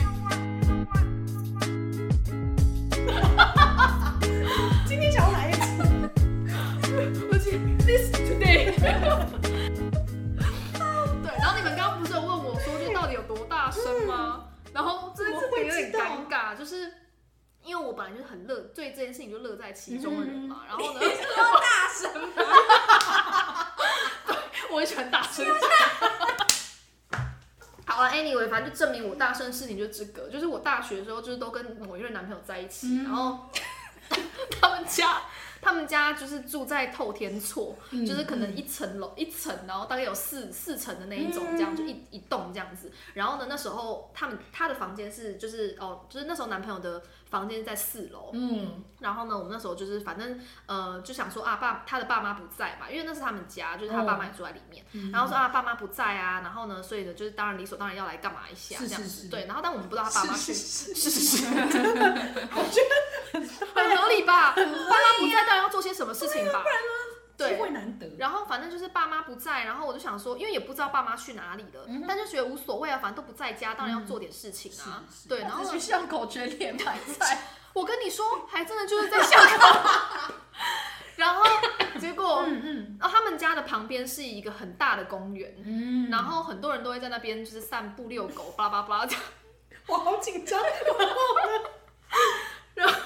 嗯尴尬，就是因为我本来就是很乐，对这件事情就乐在其中的人嘛。然后呢，说嗯大声吗？ 我也喜欢大声。好了，anyway，反正啊就证明我大声事情就是这个，就是我大学的时候就是都跟某一任男朋友在一起，然后 他们家他们家就是住在透天厝，就是可能一层楼一层，然后大概有四四层的那一种，这样就一一栋这样子。然后呢，那时候他们他的房间是就是哦，就是那时候男朋友的房间是在四楼，嗯，然后呢，我们那时候就是反正呃就想说啊爸他的爸妈不在嘛，因为那是他们家，就是他爸嗯妈也住在里面，然后说啊爸妈不在啊，然后呢，所以呢就是当然理所当然要来干嘛一下是这样是子，是对，然后但我们不知道他 爸妈去，是 是是是，很合理吧？爸妈不在当然要做些什么事情吧，机对。 会难得，然后反正就是爸妈不在，然后我就想说，因为也不知道爸妈去哪里了，嗯但就觉得无所谓啊，反正都不在家，当然要做点事情啊。是是对，然后呢去巷口卷脸买菜，我跟你说，还真的就是在巷口。然 后结果，嗯嗯，然后他们家的旁边是一个很大的公园，嗯，然后很多人都会在那边就是散步、遛狗，巴拉巴拉这样。我好紧张，然后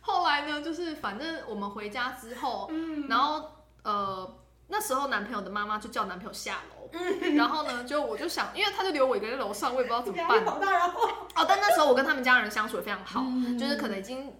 后来呢，就是反正我们回家之后，嗯，然后呃，那时候男朋友的妈妈就叫男朋友下楼，嗯，然后呢，就我就想，因为他就留我一个人在楼上，我也不知道怎么压办力。好大，然后哦，但那时候我跟他们家人相处的非常好，嗯就是可能已经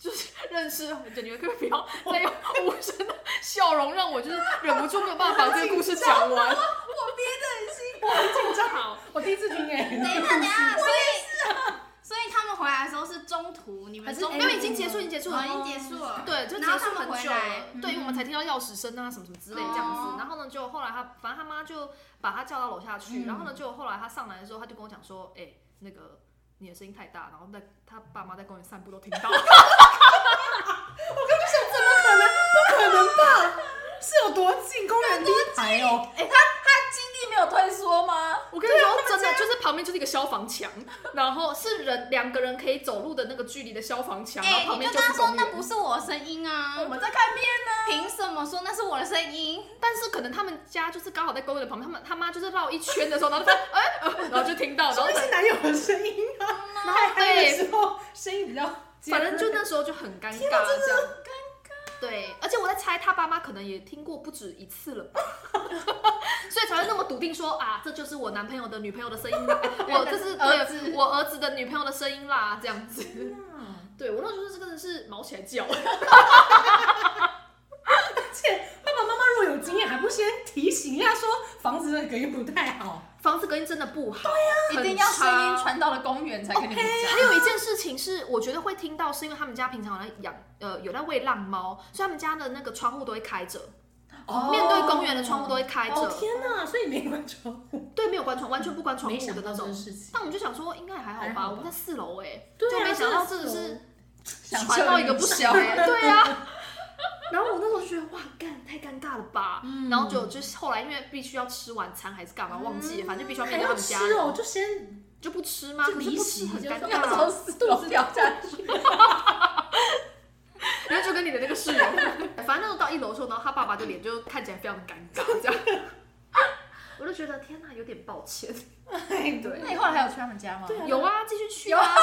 就是 认识很久，你们可不可以不要再用无声的笑容让我就是忍不住没有办法把这个故事讲完？我憋得很辛苦，紧张 好，我第一次听哎，等一下，等一下，所以 所以他们回来的时候是中途，你们中没有哎已经结束，已经结束了哦，已经结束了。对，就结然后束他们很回久了来，嗯对，因为我们才听到钥匙声啊什么什么之类这样子哦。然后呢，就后来他，反正他妈就把他叫到楼下嗯去。然后呢，就后来他上来的时候，他就跟我讲说：“哎，那个你的声音太大，然后在他爸妈在公园散步都听到。”可能吧？是有多近？公园第一排哦，哎、他他精力没有退缩吗？我跟你说，真的就是旁边就是一个消防墙，然后是人两个人可以走路的那个距离的消防墙，然哎、后旁你边就就是跟他说公那不园。是我的声音啊，我们在看片呢，凭什么说那是我的声音？但是可能他们家就是刚好在公园的旁边，他们他妈就是绕一圈的时候，然后就哎、 呃然后就听到，然后说明是男友的声音啊，然后还有的对，时候声音比较尖锐，反正就那时候就很尴尬，这样尴尬。对，而且我在猜他爸妈可能也听过不止一次了 吧，所以才会那么笃定说啊，这就是我男朋友的女朋友的声音 啦，我这是儿子对我儿子的女朋友的声音啦，这样子。嗯对我那时候真的是毛起来叫，而且爸爸妈妈如果有经验，还不先提醒一下，说房子的隔音不太好。房子隔音真的不好，一很定要声音差。传到了公园才跟你们讲。还有一件事情是，我觉得会听到，是因为他们家平常有在养，呃，有在喂浪猫，所以他们家的那个窗户都会开着，哦面对公园的窗户都会开着，哦天哪，所以没关窗户，对，没有关窗，完全不关窗没户想的到那这种个。事情，但我们就想说，应该还好还吧，好吧我们在四楼哎，对啊就没想到真真的的是想传到一个不行小哎、对啊。 然后我那时候觉得哇，干太尴尬了吧，然后就就是后来因为必须要吃晚餐还是干嘛忘记了，反正就必须要面 还对他要们吃家哦，人，就先就不吃吗？就可是离不吃席，很就尴是尬要啊从，肚子掉下去。 然后就跟你的那个室友，反正那时候到一楼的时候，然后他爸爸的脸就看起来非常尴尬，这样， 我就觉得天哪，有点抱歉。哎， 对那你后来还有去他们家吗？对啊有啊，继续去啊，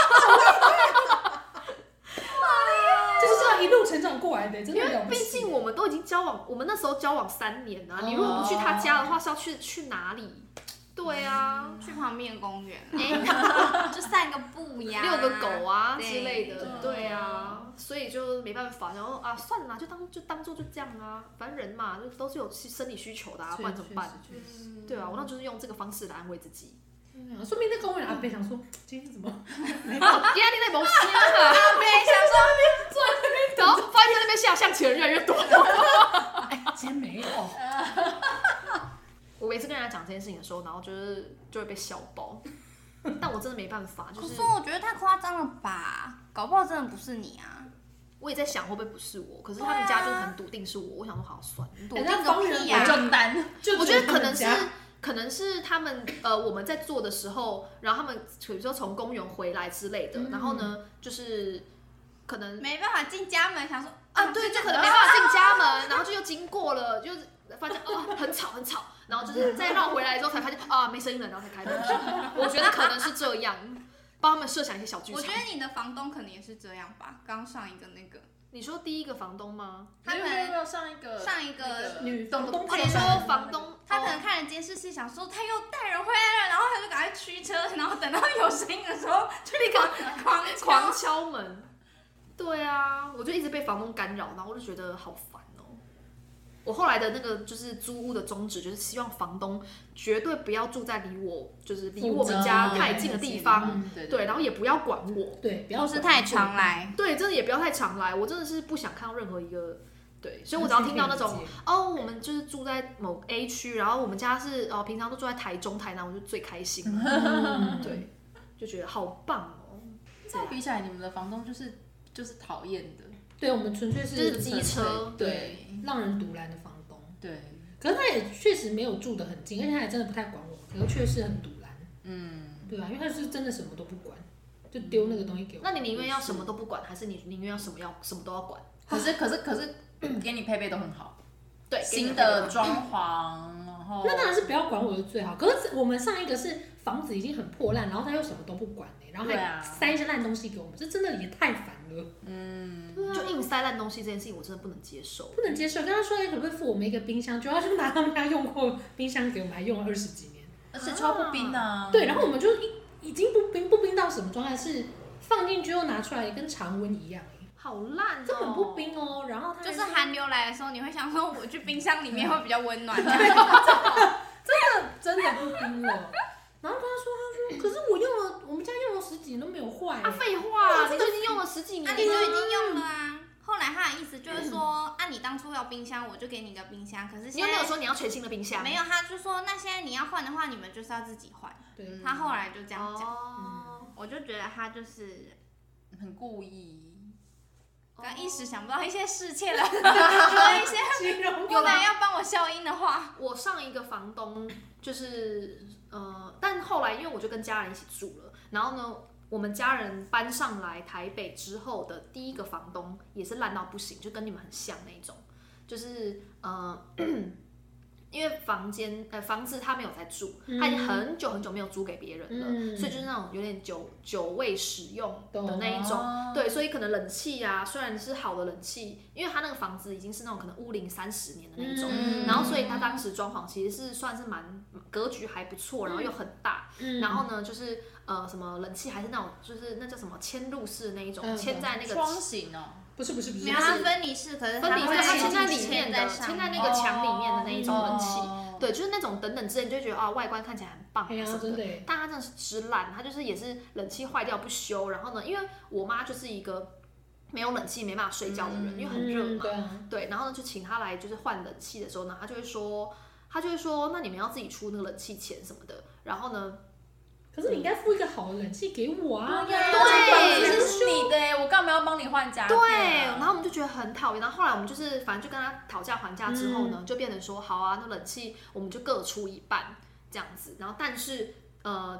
这是要一路成长过来的，真因的了为不啊毕起竟我们都已经交往，我们那时候交往三年哦啊，你如果不去他家的话，是要去去哪里？对嗯啊，去旁边的公园，哎， 就散个步呀，遛个狗啊对之类的，对对啊，所以就没办法，然后啊，算了，就当就当做就这样啊，反正人嘛，就都是有生理需求的啊，不然怎么办？？确实确实对啊，我那就是用这个方式来安慰自己。嗯说明那公园阿伯想说，今天怎么耶，你在某些啊，阿贝想说，然后发现在那边下象棋的人越来越多。今天没有？我每次跟人家讲这件事情的时候，然后就是就会被笑爆，但我真的没办法，就可是是我觉得太夸张了吧，搞不好真的不是你啊。我也在想会不会不是我，可是他们家就是很笃定是我，我想说好算，你笃我定人家定个哎方圆屁啊呀、百正单，就我觉得可能只是有他们家可能是他们呃我们在做的时候，然后他们比如说从公园回来之类的，然后呢就是可能没办法进家门，想说啊对，就可能没办法进家门，然后就又经过了，就是发现哦很吵很吵，哦然后就是再绕回来之后才发现啊没声音了，然后才开门。我觉得可能是这样。帮他们设想一些小剧我场觉。得你的房东可能也是这样吧，刚上一个那个，你说第一个房东吗？他没有可没有能没有上一呃个上一个女房东哦配你上说的房东，他可哦能看了监视器，想说他又带人回来了，然后他就赶快驱车，然后等到有声音的时候就立刻狂狂狂敲。敲门。对啊，我就一直被房东干扰，然后我就觉得好烦哦。我后来的那个就是租屋的宗旨，就是希望房东绝对不要住在离我就是离我们家太近的地方，嗯对对，然后也不要管我，对，不要不是太长常，来，对，真的也不要太常来，我真的是不想看到任何一个。对，所以我只要听到那种哦，我们就是住在某 A 区，然后我们家是哦，平常都住在台中、台南，我就最开心了。嗯，对，就觉得好棒哦，这样比起来，你们的房东就是就是讨厌的， 对我们纯粹就是是机车，对，让人独揽的房东。对，可是他也确实没有住得很近，而且他也真的不太管我，可是确实很独揽，嗯，对啊，因为他就是真的什么都不管，就丢那个东西给我。那你宁愿要什么都不管，还是你宁愿要什么要什么都要管？可是可是可是给你配备都很好，对，给新你的的装潢，然后那当然是不要管我是最好。可是我们上一个是房子已经很破烂，然后他又什么都不管呢、然后对还啊塞一些烂东西给我们，这真的也太烦了，那个啊就硬塞烂东西这件事情，我真的不能接受。不能接受。跟他说，哎，可不可以付我们一个冰箱？就要去拿他们家用过冰箱给我们，还用了二十几年。而且超不冰啊，对，然后我们就一已经不冰不冰到什么状态，是放进去又拿出来，跟常温一样、欸，好烂、哦，这很不冰哦。然后它还就是寒流来的时候，你会想说我去冰箱里面会比较温暖。真的不冰了。然后跟他说，他说，可是我用了，我们家用了十几年都没有坏、啊！废话，你就已经用了十几年那、啊你就已了，经用了啊。后来他的意思就是说，啊，你当初要冰箱，我就给你个冰箱。可是你现又没有在说你要全新的冰箱，没有，他就说那现在你要换的话，你们就是要自己换。对，嗯他后来就这样讲，嗯哦，我就觉得他就是很故意，刚哦一时想不到一些世切的， 有一些形容有人要帮我消音的话，我上一个房东就是呃，但后来因为我就跟家人一起住了，然后呢，我们家人搬上来台北之后的第一个房东也是烂到不行，就跟你们很像那一种，就是呃。 因为房间呃房子他没有在住，他已经很久很久没有租给别人了，嗯所以就是那种有点久久未使用的懂那一种，哦对，所以可能冷气啊，虽然是好的冷气，因为他那个房子已经是那种可能屋龄三十年的那一种，嗯然后所以他当时装潢其实是算是蛮格局还不错，然后又很大，嗯然后呢就是呃什么冷气还是那种就是那叫什么嵌入式那一种，嗯嵌在那个窗型哦，不是不是不是，没有它分离式，可是分离式，会它嵌在自己里面的，嵌在上嵌在面哦那个墙里面的那一种冷气，哦对，就是那种等等之类，你就会觉得啊外观看起来很棒啊哎呀什么真的耶，但它真的是之烂，它就是也是冷气坏掉不修，然后呢，因为我妈就是一个没有冷气没办法睡觉的人，嗯因为很热嗯嘛，对啊，对，然后呢就请他来就是换冷气的时候呢，他就会说，他就会说，那你们要自己出那个冷气钱什么的，然后呢，可是你应该付一个好的冷气给我啊！呀对这是你的欸耶，我干嘛要帮你换家电对啊？，然后我们就觉得很讨厌，然后后来我们就是反正就跟他讨价还价之后呢，嗯就变成说，好啊，那冷气我们就各出一半这样子，然后但是呃，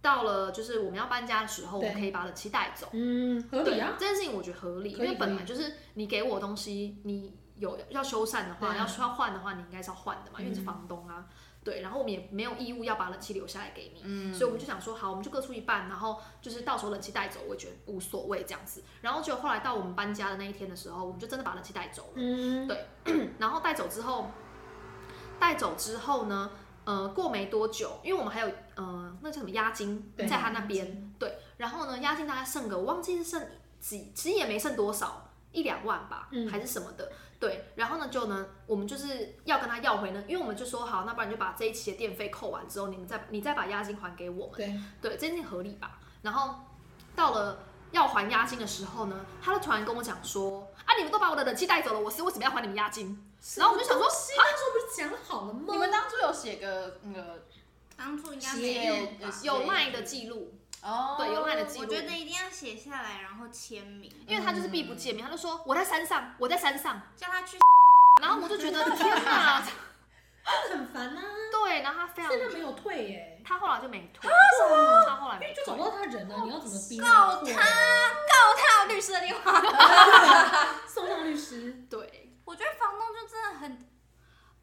到了就是我们要搬家的时候，我们对可以把冷气带走。嗯，合对理啊。这件事情我觉得合理，因可以为本可以来就是你给我东西，你有要修缮的话，对啊嗯要要换的话，你应该是要换的嘛，因为你是房东啊。对，然后我们也没有义务要把冷气留下来给你，嗯所以我们就想说，好，我们就各出一半，然后就是到时候冷气带走，我也觉得无所谓这样子。然后就后来到我们搬家的那一天的时候，我们就真的把冷气带走了。嗯，然后带走之后，带走之后呢，呃，过没多久，因为我们还有呃，那叫什么押金对在他那边，对，然后呢，押金大概剩个我忘记是剩几，其实也没剩多少，一两万吧，嗯还是什么的。对，然后呢，就呢，我们就是要跟他要回呢，因为我们就说好，那不然你就把这一期的电费扣完之后，你们再你再把押金还给我们，对，对，这件事情合理吧？然后到了要还押金的时候呢，他就突然跟我讲说，啊，你们都把我的冷气带走了，我是为什么要还你们押金？然后我就想说西那时候不是讲好了吗？你们当初有写个那个当初应该写没有有吧？有赖的记录，哦，对，有赖的记录。我觉得一定要写下来，然后签名，因为他就是避不见面，他就说我在山上，我在山上，叫他去。然后我就觉得天哪，很烦啊，对，然后他非常现，在没有退耶，他后来就没退，他后来因没为就找退，不到他人啊了，你要怎么逼告退他，告他律师的电话。送上律师？对，我觉得房东就真的很，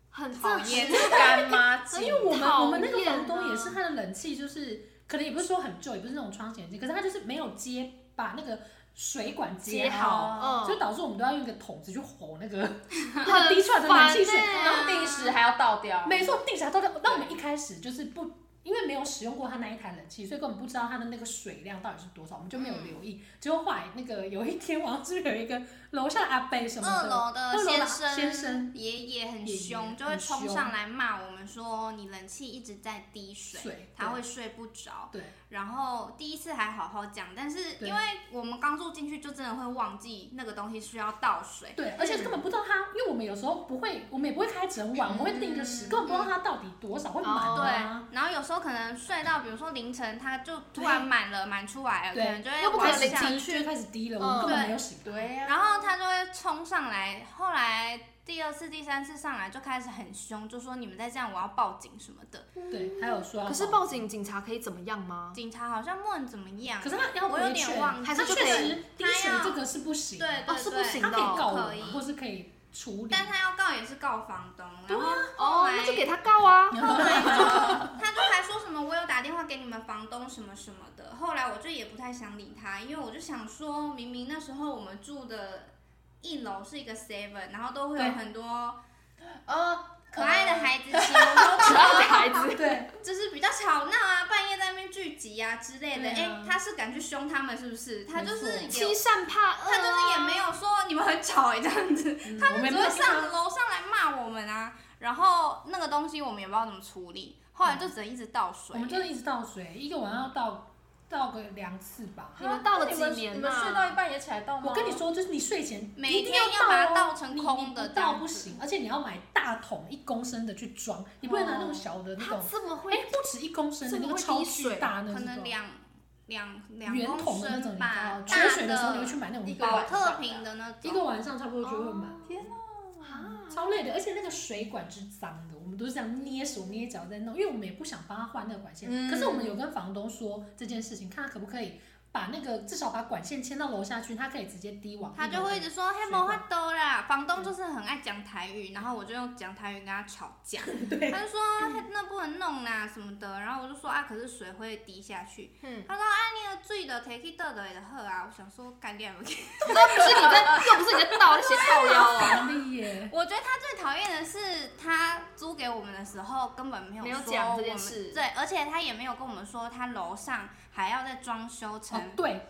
很讨真的厌干妈啊鸡，因为我们讨厌啊我们那个房东也是他的冷气就是可能也不是说很旧，也不是那种窗前镜，可是它就是没有接把那个水管接好，好，哦嗯，就导致我们都要用一个桶子去吼那个很 滴出来的烦冷气水，欸然后定时还要倒掉，没错，地下都在。那我们一开始就是不，因为没有使用过它那一台冷气，所以根本不知道它的那个水量到底是多少，我们就没有留意。结果后来那个有一天，晚上是不是有一个楼下的阿伯什么二的，楼的二楼的先生先生爷爷很爷爷凶，很就会冲凶上来骂我们说你冷气一直在滴水，水他对会睡不着。对，然后第一次还好好讲，但是对因为我们刚住进去，就真的会忘记那个东西需要倒水。对，而且根本不知道它，因为我们有时候不会，我们也不会开整晚，我们会定一个时，根本不知道它到底多少会满哦啊。然后有时候可能睡到，比如说凌晨，它就突然满了，满出来了，可能就会又不可往能往零下下进去就开始滴了，我们根本没有醒。对呀、然后他就会冲上来，后来第二次、第三次上来就开始很凶，就说你们再这样我要报警什么的。对，还有说要可是保护，报警警察可以怎么样吗？警察好像问怎么样，可是他要我有回点劝忘记，还它是就可确以实滴水它要这个是不行，对对哦对，是不行它可以告我可以们，或是可以处理。但他要告也是告房东，然后后哦，来那就给他告啊。后来就他就还说什么我有打电话给你们房东什么什么的，后来我就也不太想理他，因为我就想说，明明那时候我们住的一楼是一个 seven，然后都会有对很多呃，可爱啊的孩子骑摩可托爱啊的车， 孩子，对，就是比较吵闹啊，半夜在那边聚集啊之类的。哎、对啊他是敢去凶他们是不是？他就是没欺有。善怕恶啊。他就是也没有说你们很吵哎、这样子，他嗯们只会上楼上来骂我们啊。然后那个东西我们也不知道怎么处理，后来就只能一直倒水。欸我们就是一直倒水，一个晚上要倒倒个两次吧。你们到了几你年们睡呐？到一半也起来倒吗？我跟你，说，就是你睡前每一定天要倒把它哦倒成空的你你不这样倒子不行，而且你要买大桶一公升的去装，你不能拿那种小的那他哦种，这么哎会，不止一公升的这那么个会超滴巨水大的可那能种。两两两圆公桶的那种，升你知道吧吗，？大缺水的时候你会去买那一种个保碗特瓶的那一个种。晚上差不多就哦会满，天哪、啊超累的。而且那个水管是脏的，我们都是这样捏手捏脚在弄，因为我们也不想帮他换那个管线。嗯可是我们有跟房东说这件事情，看他可不可以把那个至少把管线牵到楼下去，他可以直接滴往一楼。他就会一直说黑水魔管法兜啦，房东就是很爱讲台语，然后我就用讲台语跟他吵 架，他就说嘿那不能弄啦什么的，然后我就说啊，可是水会滴下去，嗯他说啊，你的水的 take it 的的喝啊，我想说干掉， 那不是你在，又不是你在倒，那些倒腰啊。很厉耶。我觉得他最讨厌的是，他租给我们的时候根本没有没有说讲这我们件事对，而且他也没有跟我们说他楼上还要再装修哦成，对，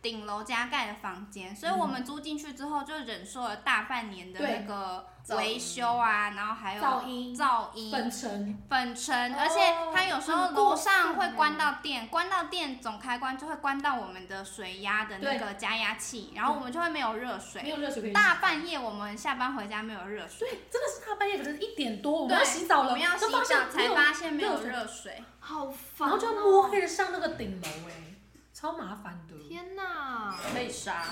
顶楼加盖的房间，所以我们租进去之后就忍受了大半年的嗯对那个噪音维修啊，然后还有噪音噪音、粉尘，粉尘，哦而且它有时候很过楼分欸上会关到电，关到电总开关就会关到我们的水压的那对个加压器，然后我们就会没有热没水。有热水可以洗。大半夜我们下班回家没有热水。对，真的是大半夜，可能一点多，我对们要洗澡了，我们要洗就发澡现没才有发现没有热水热水，好烦、然哦，后就要摸黑的上那个顶楼，哎，超麻烦的。天哪，可以杀，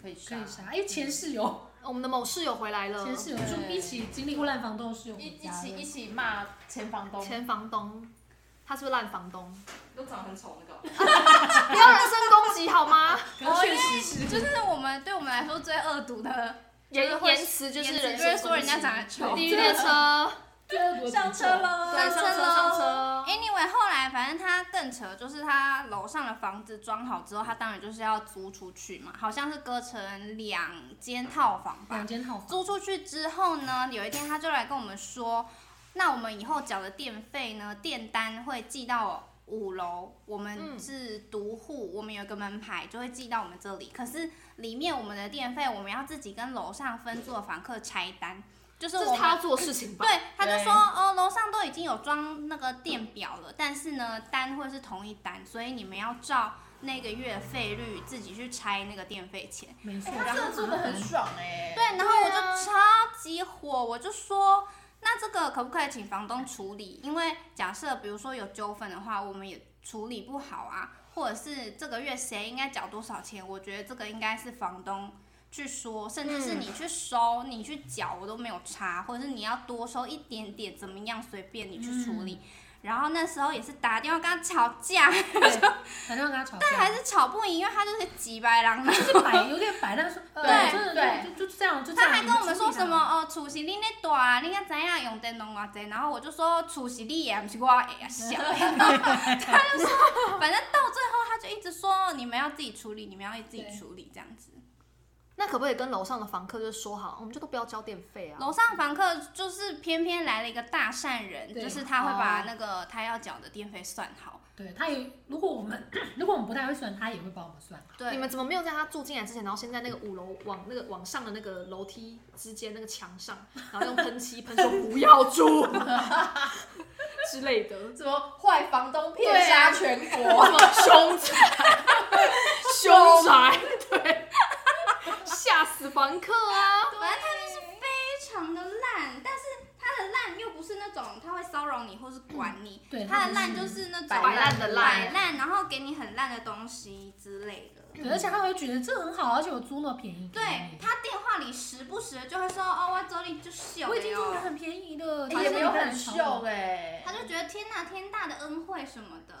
可以可杀以，杀，哎，前室友，哦我们的某室友回来嗯了，前室友住对一起经历过烂房东的室友一回一家了，起一起骂前房东，前房东，他是不是烂房 东？都长得很丑那个，不要人身攻击好吗？可是确实是，就是我们对我们来说最恶毒的，言就是会言辞 就是言人辞就会身 说人家长攻得丑击。。地狱列车，就是上车喽，对，上车上车， Anyway，后来反正他更扯，就是他楼上的房子装好之后，他当然就是要租出去嘛，好像是割成两间套房吧两。间套房，租出去之后呢，有一天他就来跟我们说，那我们以后缴的电费呢，电单会寄到五楼，我们嗯是独户，我们有一个门牌就会寄到我们这里。可是里面我们的电费，我们要自己跟楼上分租的房客拆单，就是这我是他要们。做的事情吧？对，他就对说哦，楼上都已经有装那个电表了，但是呢，单会是同一单，所以你们要照那个月费率自己去拆那个电费钱。没错哎，他真的做的很爽哎、对，然后我就对啊超级火，我就说，那这个可不可以请房东处理？因为假设比如说有纠纷的话，我们也处理不好啊，或者是这个月谁应该缴多少钱，我觉得这个应该是房东。去说，甚至是嗯你去收、你嗯去缴，我都没有差，或者是你要多收一点点，怎么样，随便你去处理。然后那时候也是打电话跟他吵架，对，反正跟他吵架，但还是吵不赢，因为他就是急白狼嘛。就是摆有点摆烂说，呃对真的对就就就这样，就这他样。还跟我们说你处什理么啦？哦，厝是恁咧住啊，恁该知影用电弄偌济，然后我就说厝是你啊的，不是我的， 小。然后他就说，反正到最后他就一直说你们要自己处理，你们要自己处理这样子。那可不可以跟楼上的房客就说好，我们就都不要交电费啊？楼上房客就是偏偏来了一个大善人，对就是他会把哦那个他要缴的电费算好。对，他也如果我们 如果我们不太会算，他也会帮我们算。你对，们怎么没有在他住进来之前，然后先在那个五楼往那个往上的那个楼梯之间那个墙 上，然后用喷漆喷说不要住之类的，什么坏房东对骗啊杀全国，凶宅，凶宅，对，吓死房客啊！反正他就是非常的烂，但是他的烂又不是那种他会骚扰你或是管你，对，他的就烂就是那种摆烂的烂摆烂，然后给你很烂的东西之类的。对，而且他会觉得这很好，而且我租那么便宜。对他电话里时不时就会说哦，我这里就秀我已经租的了，很便宜了，哎也没有很秀秀。哎、他就觉得天哪，天大的恩惠什么的。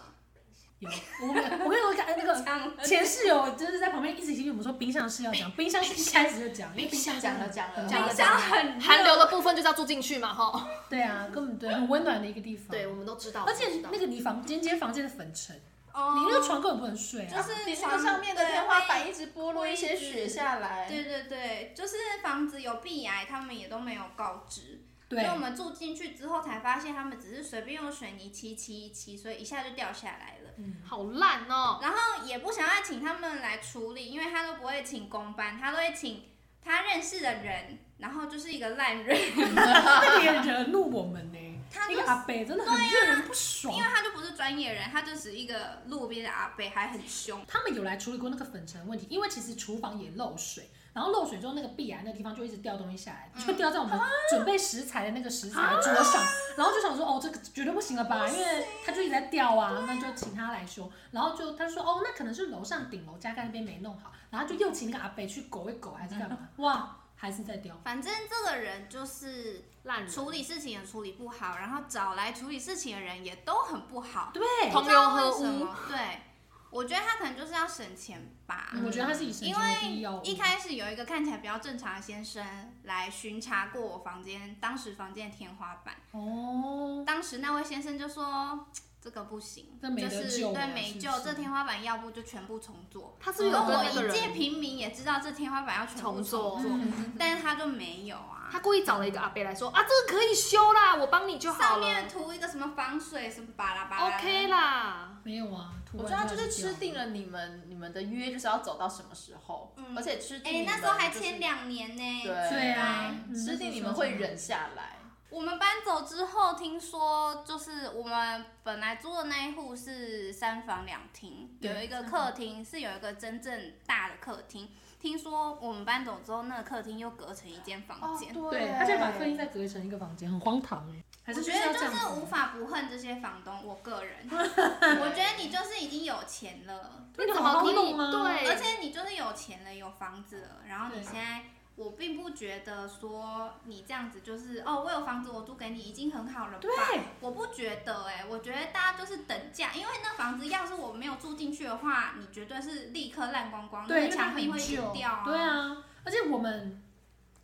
有，我跟我跟我讲，那 个前室友就是在旁边一直提醒我们说，冰箱是要讲，冰箱一开始就讲， 因为冰箱讲了讲了讲冰了箱很热寒流的部分就是要住进去嘛，哈。对啊，根本对，很温暖的一个地方。对，我，们都知道。而且我们那都知个道你房间间房间的粉尘，哦你那个床根本不能睡啊。就是你那床个上面的对天花会板一直剥落一些雪下来，对对对，就是房子有壁癌，他们也都没有告知，因对为 我们住进去之后才发现，他们只是随便用水泥漆漆一漆，所以一下就掉下来了。好烂哦，然后也不想要请他们来处理，因为他都不会请工班，他都会请他认识的人，然后就是一个烂人，那个也惹怒我们呢。他那就是啊个阿北真的很让人不爽因。为他就不是专业人，他就只是一个路边的阿伯，还很凶。他们有来处理过那个粉尘问题，因为其实厨房也漏水，然后漏水之后那个壁癌那地方就一直掉东西下嗯来，就掉在我们准备食材的那个食材啊的桌上，然后就想说哦这个绝对不行了吧，因为它就一直在掉啊，那就请他来修，然后就他说哦那可能是楼上顶楼加盖那边没弄好，然后就又请那个阿伯去狗一狗还是干嘛，嗯哇还是在掉，反正这个人就是烂人处理事情也处理不好，然后找来处理事情的人也都很不好。对，同流合为什污。么？对，我觉得他可能就是要省钱吧。啊我觉得他是以省因钱为第要为务，一开始有一个看起来比较正常的先生来巡查过我房间，当时房间的天花板，哦当时那位先生就说这个不行，这没就得是救对了没是不救，是这天花板要不就全部重做。他是不是有然跟后那个哦我一介人？平民也知道这天花板要全部重做，嗯重嗯但是他就没有啊。他故意找了一个阿伯来说啊，这个可以修啦，我帮你就好上了面涂一个什么防水什么巴拉巴拉的，OK 啦。 没有啊，突我然觉得就他就是吃定了，了你们你们的约，就是要走到什么时候，嗯而且吃定哎、你们那时候还就是签两哎年呢。对对啊，嗯吃定你们会。忍下来，我们搬走之后，听说就是我们本来租的那一户是三房两厅，对有一个客厅是有一个真正大的客厅。听说我们搬走之后，那个客厅又隔成一间房间。对，他就把 客厅再隔成一个房间，很荒唐哎。还我是觉是要得这就样是子无法不恨这些房东，我个 人，我觉得你就是已经有钱了，那你你怎好么好可以弄啊而对？且你就是有钱了，有房子了，然后你现在，我并不觉得说你这样子就是哦，我有房子我租给你已经很好了吧？对，我不觉得哎、我觉得大家就是等价，因为那房子要是我没有住进去的话，你绝对是立刻烂光光，对，因那为个它墙壁很会旧移掉啊。对，啊，而且我们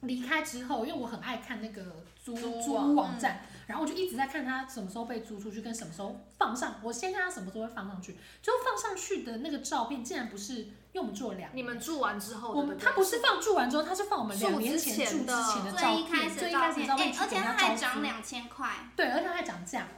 离开之后，因为我很爱看那个租租租网屋嗯网站，然后我就一直在看它什么时候被租出去，跟什么时候放上。我先看它什么时候会放上去，就放上去的那个照片，竟然不是，因为我们住了两你年。们住完之后，我们哦对他对不是放住完之后，他是放我们两住年之前前住之的前的最照一开片，始的最一照开始的片，照哎、片去而给且它人家还招租涨两千块，对，而且它还涨价。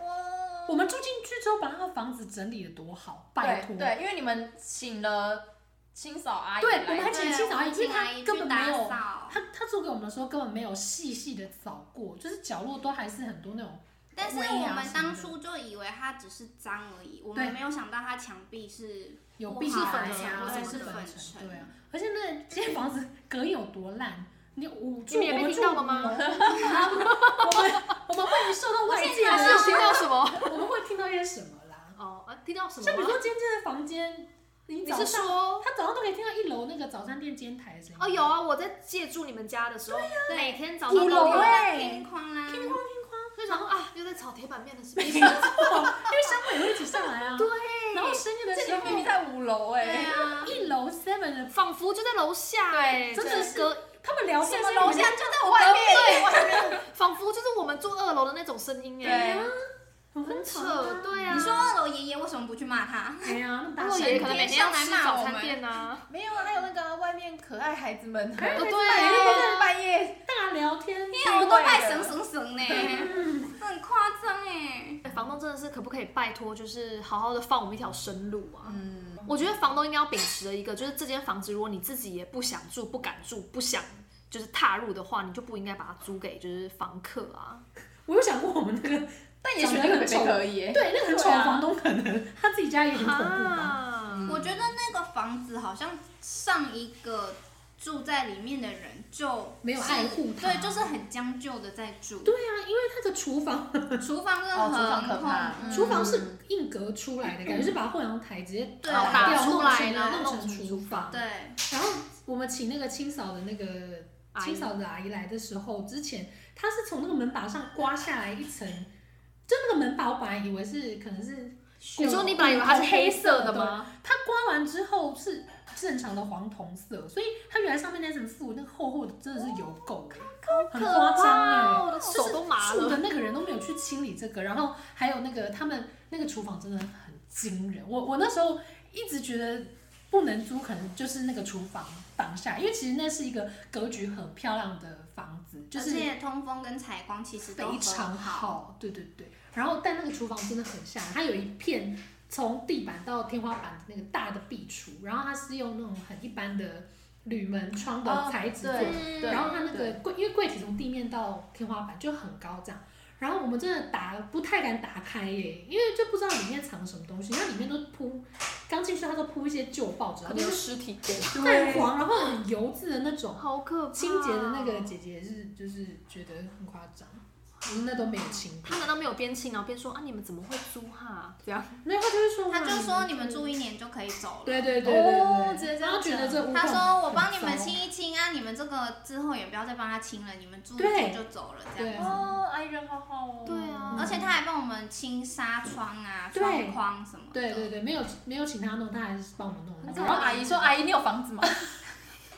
我们住进去之后，把那个房子整理的多好， 拜托对。对，因为你们请了清扫阿姨对来，我们还对请清扫阿姨我们请因为它阿姨根去本打没有扫他他租给我们的时候根本没有细细的扫过，就是角落都还是很多那种但是微啊我们什么的当初就以为它只是脏而已，我对们没有想到它墙壁是有不壁好粉粉尘啊，或或者者是是粉粉尘尘，对啊。而且那间房子隔音有多烂，你我你住们也我被们听住到了吗五楼我们我们会受到外界他是有听的，到什么？我们会听到一些什么啦？ 哦，啊，听到什么？像比如说今天这个房间，你你早是上说？哦他早上都可以听到一楼那个早餐店煎台的声音。哦，有啊，我在借住你们家的时候，每天早上五都楼有哎天框啦，啊乒乓乒乓，就想说啊，又在炒铁板面的事没错，情因。为香味也会一起上来啊。对，然后深夜的时这候个，明明在五楼哎、对啊，一楼 seven 的， 仿佛就在楼下哎、真的就是隔，他们聊什天么是楼下就在我外 面，外面。仿佛就是我们住二楼的那种声音哎、对，很很扯，对啊。你说二楼爷爷为什么不去骂他？对哎呀，那么大声二楼哦爷爷可能每天要吃早天上来骂我餐们店啊，没有啊，还有那个啊、外面可爱孩子们，可爱哦孩子对半夜啊，半夜，大聊天，因 为我都卖神神神呢，嗯这很夸张哎。哎房东真的是可不可以拜托，就是好好的放我们一条生路啊？嗯，我觉得房东应该要秉持的一个，就是这间房子，如果你自己也不想住、不敢住、不想就是踏入的话，你就不应该把它租给就是房客啊。我有想过我们那个，但也许长得那个很丑北可以、欸，对，那个很丑对的啊房东可能他自己家也很恐怖吧。啊我觉得那个房子好像上一个住在里面的人就没有爱护它对，就是很将就的在住。对啊，因为他的厨房，厨房真的哦厨房很可恐怕怖厨房是硬隔出来的感觉，就是把后阳台直接对打打掉出弄来成了弄弄成成厨房。对，然后我们请那个清扫的那个阿姨清扫的阿姨来的时候，之前她是从那个门把上刮下来一层，就那个门把，我本来以为是可能是你说你本来以为它是黑色的吗？它刮完之后是正常的黄铜色，所以它原来上面那层附那个厚厚的真的是油垢的，很哦夸张哎。我的手都麻住的了。那个人都没有去清理这个，然后还有那个他们那个厨房真的很惊人，我我那时候一直觉得不能租，可能就是那个厨房挡下来，因为其实那是一个格局很漂亮的房子，就而是且通风跟采光其实都非常很好。好，对对对。然后但那个厨房真的很吓人，它有一片从地板到天花板的那个大的壁橱，然后它是用那种很一般的铝门窗的材质做的，对嗯对然后它那个柜，因为柜体从地面到天花板就很高这样，然后我们真的打不太敢打开耶，因为就不知道里面藏什么东西，那里面都铺，刚进去它都铺一些旧报纸，然后可 就能有是尸体过，泛黄，然后很油渍的那种。好可怕。清洁的那啊个，姐姐是就是觉得很夸张，我们那都没有清过他。难道没有边清然后边说啊你们怎么会租哈、这样没有，他就会说他嘛，就说你们住一年就可以走了。对对对对哦对，直接这然样后觉得这屋他况说我帮你们很糟清，一清啊，你们这个之后也不要再帮他清了，你们住一对住就走了这对样。啊，哦，哎，人好好哦。对啊而且他还帮我们清纱窗啊、对窗框什么的。对对对，没有没有请他弄，他还是帮我们弄然后了。阿姨说：“阿姨，你有房子吗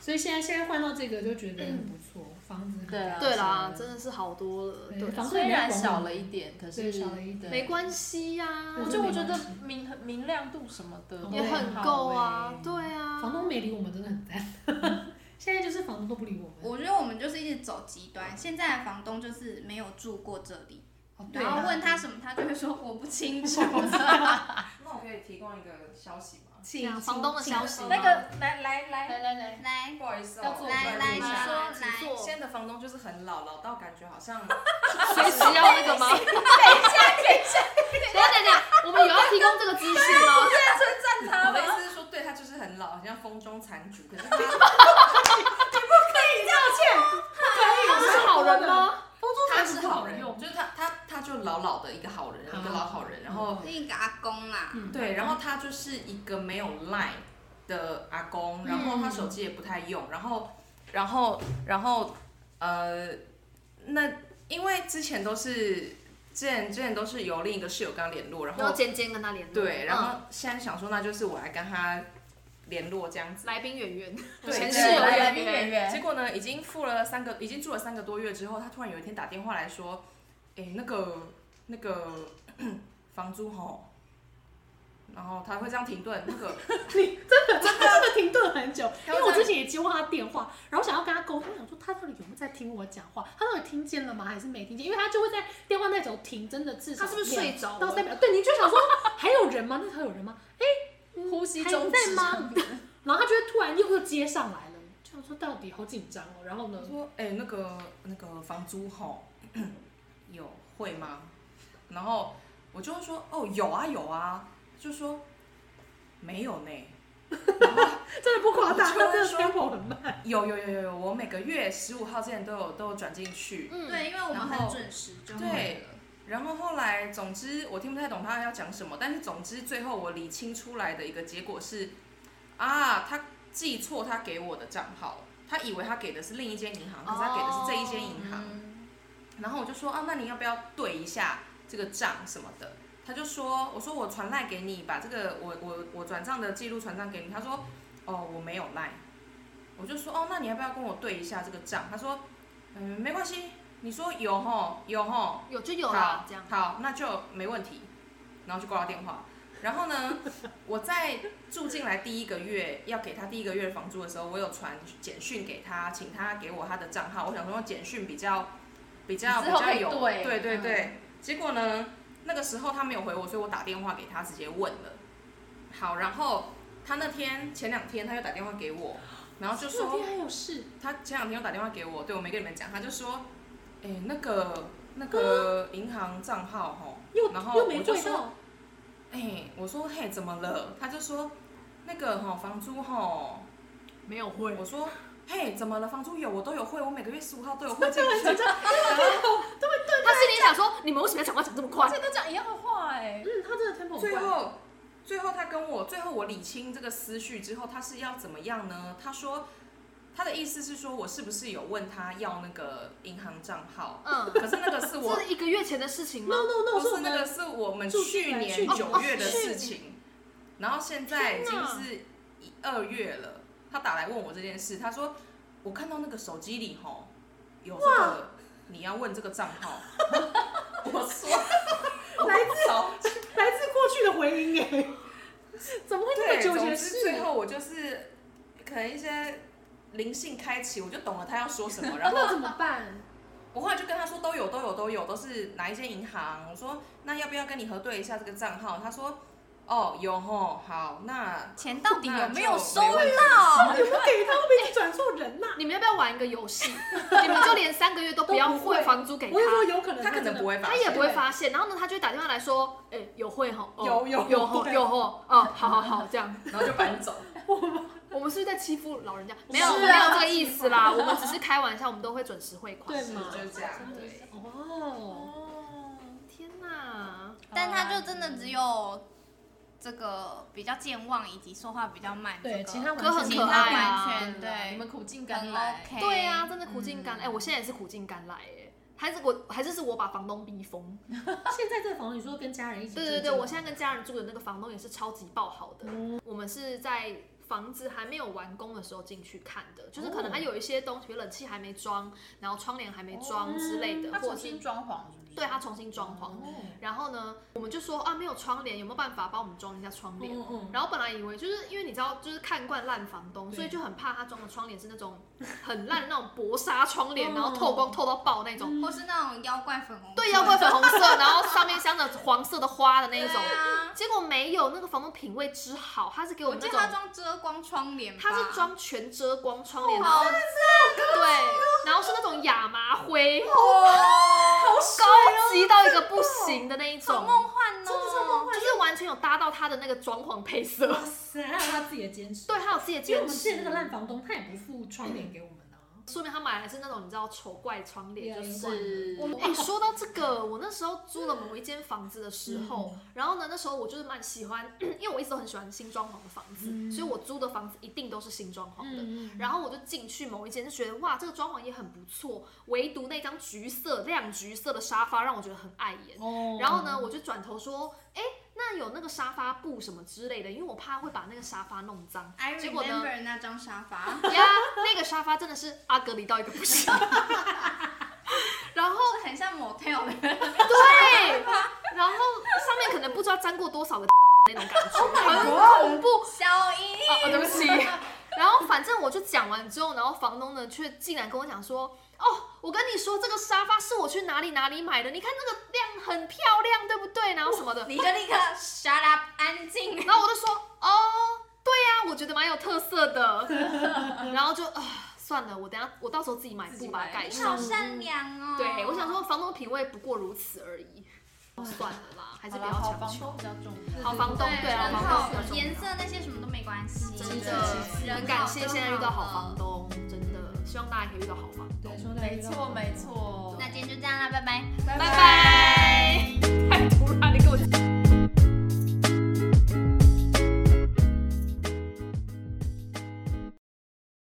所以现在现在换到这个就觉得很不错，房子很对啊对啦，真的是好多了，对对，房？”子虽也没有然广小了一点，可是对小了一点没关系呀、对我我就觉得没我觉得关系明明亮度什么的也哦很够啊，都很好欸对啊，房东没理我们，真的很赞。 现在就是房东都不理我们。我觉得我们就是一直走极嗯端，现在的房东就是没有住过这里，哦对然后啊，问他什么，他就会说我不清 楚。那我可以提供一个消息吗？这啊样房东的消息吗，那个来来来，来来来，来，不好意思哦、要坐来来你你说说来，请坐现在的房东就是很老，老到感觉好 像随时要那个 吗？等一下，等一下，等一下，等一下，我们有要提供这个资讯 吗？我的意思是说，对他就是很老，好像风中残烛。可是他他是好人吗？他是好人用，就是他他他就老老的一个好人，好一个老好人。然后是一个阿公啦，嗯对，然后他就是一个没有 line 的阿公，然后他嗯手机也不太用，然后然后然后呃，那因为之前都是之前之前都是由另一个室友跟他联络，然然后后尖尖跟他联络，对，然嗯后现在想说，那就是我来跟他联络这样子。来宾演员，对前对室友来演来员，宾演员结果呢，已经付了三个，已经住了三个多月之后，他突然有一天打电话来说：“哎、那个那个 房租吼。”然后他会这样停顿，那个你真的真的停顿很久，因他会为我在之前也接过他的电话，然后想要跟他沟通，想说他到底有没有在听我讲话，他到底听见了吗，还是没听见？因为他就会在电话那头停，真的至少他是不是睡着两到了三？秒？对，你就想说还有人吗？那还有人吗？呼吸还中在止吗？然后他就会突然又又接上来了，就想说到底好紧张哦。然后呢 我，说：“哎、那个那个房租吼 有会吗？”然后我就会说：“哦，有啊有啊。”就说没有呢。真的不夸大，他我就会真的说 tempo 很慢。有有有有有，我每个月十五号之前都有都有转进去，嗯，对，因为我们然后很准时就对。然后后来，总之我听不太懂他要讲什么，但是总之最后我理清出来的一个结果是，啊，他记错他嗯给我的账号，他以为他给的是另一间银行，可是他给的是这一间银行。然后我就说啊，那你要不要对一下这个账什么的？他就说，我说我传赖给你，把这个我我我转账的记录传账给你。他说，哦，我没有赖。我就说，哦，那你要不要跟我对一下这个账？他说，嗯，没关系。你说有吼，有吼，有就有啦好，，这样。好，那就没问题。然后就挂掉电话。然后呢，我在住进来第一个月要给他第一个月的房租的时候，我有传简讯给他，请他给我他的账号。我想说用简讯比较比较比之后较可以有对对对嗯对结果呢，那个时候他没有回我，所以我打电话给他直接问了。好，然后他那天前两天他又打电话给我，然后就说昨天还有事，他前两天又打电话给我，对我没跟你们讲，他就说，哎、那个那个银行账号吼，又然后又没我就贵说到，哎、我说嘿怎么了？他就说那个吼房租吼，没有会我说嘿怎么了？房租有我都有汇，我每个月十五号都有汇进去。他心里想说，你们为什么要讲话讲这么快而？且都讲一样的话哎、嗯，他真的 tempo 很最快，后，最后他跟我，最后我理清这个思绪之后，他是要怎么样呢？他说，他的意思是说我是不是有问他要那个银行账号？嗯，可是那个是我这是一个月前的事情吗 no？no 不 no 是我是那个们是我们住进去来年去年九月的哦去事情，然后现在已经天哪是一二月了。他打来问我这件事，他说我看到那个手机里吼有这个，你要问这个账号。 我说来自来自过去的回音耶， 怎么会那么对，久以总前的之事？最后我就是可能一些灵性开启，我就懂了他要说什 么，然后啊那怎么办？我后来就跟他说都有都有都有，都是哪一间银行？我说那要不要跟你核对一下这个账号？他说哦有吼，好那钱到底有没有收那就没问题到？你不给他，会不会转错人呐？你们要不要玩一个游戏？你们就连三个月都不要都不会汇房租给我哎他跟，你说，有可能他可能不会，会发他现，也不会发现。然后呢，他就会打电话来说，哎，有汇吼，哦有有有吼对有吼，哦，好好好，这样。然后就搬走。我们是不是在欺负老人家？没有，是啊没有这个意思啦，我们只是开玩笑，我们都会准时汇款。对嘛？就是这样真的是对哦，天哪！但他就真的只有这个比较健忘，以及说话比较慢。对这个其他完全其可爱他啊完全嗯你对，们苦尽甘很来。 OK。对呀、真的苦尽甘来。哎、我现在也是苦尽甘来哎。还是我，还是是我把房东逼疯。现在这房你说跟家人一起住，对对对，我现在跟家人住的那个房东也是超级爆好的。嗯我们是在房子还没有完工的时候进去看的，就是可哦能还有一些东西，比如冷气还没装，然后窗帘还没哦装之类的，他或者重是新装潢是不是？对他重新装潢。哦然后呢，我们就说啊，没有窗帘，有没有办法帮我们装一下窗帘？嗯嗯，然后本来以为就是因为你知道，就是看惯烂房东，对所以就很怕他装的窗帘是那种 很烂那种薄纱窗帘，嗯然后透光透到爆那种。或是那种妖怪粉红色，对，要怪粉红 色，然后上面镶着黄色的花的那一种对。啊，结果没有，那个房东品味之好，他是给我我们记那得他种，装遮光窗帘吧，他是装全遮光窗帘，然哦好后对，然后是那种亚麻灰，哦，高级到一个不行的那一好种，梦幻哦，真的是梦幻就是完全有搭到他的那个装潢配色。哇塞，还有他自己的坚持，对，还有自己的因为我坚们之前持那个。烂房东，他也不付窗帘给我们啊，说明他买的是那种你知道丑怪窗帘，就是算了是我 哎、说到这个，我那时候租了某一间房子的时候，然后呢，那时候我就是蛮喜欢， 因为我一直都很喜欢新装潢的房子，所以我租的房子一定都是新装潢的。嗯，然后我就进去某一间，就觉得哇，这个装潢也很不错，唯独那张橘色亮橘色的沙发让我觉得很碍眼。哦然后呢，我就转头说，哎、那有那个沙发布什么之类的，因为我怕会把那个沙发弄脏。 I 结果呢 remember 那张沙发， 呀，那个沙发真的是阿格里到一个不行。 然后哦，很像 motel 的，对，然后上面可能不知道沾过多少个 那种感觉，很恐怖。小姨，啊，对不起。 然后反正我就讲完之后，然后房东呢却竟然跟我讲说，哦，我跟你说这个沙发是我去哪里哪里买的，你看那个量很漂亮，对不对？然后什么的，你就立刻 shut up，安静，然后我就说，哦，对呀、我觉得蛮有特色的。 然后就啊、算了，我等下我到时候自己买自己布把它买盖你上好。善良哦，对，我想说房东品味不过如此而已，算了啦，还是不好要啦好强房求东。比较重要。好房东对，对啊，人房好东比较重，要颜色那些什么都没关系，真是的很感谢现在遇到好房东。东，真的希望大家可以遇到好房东对，。说得没对错没错。那今天就这样啦，拜拜。 拜拜。太突然，你给我。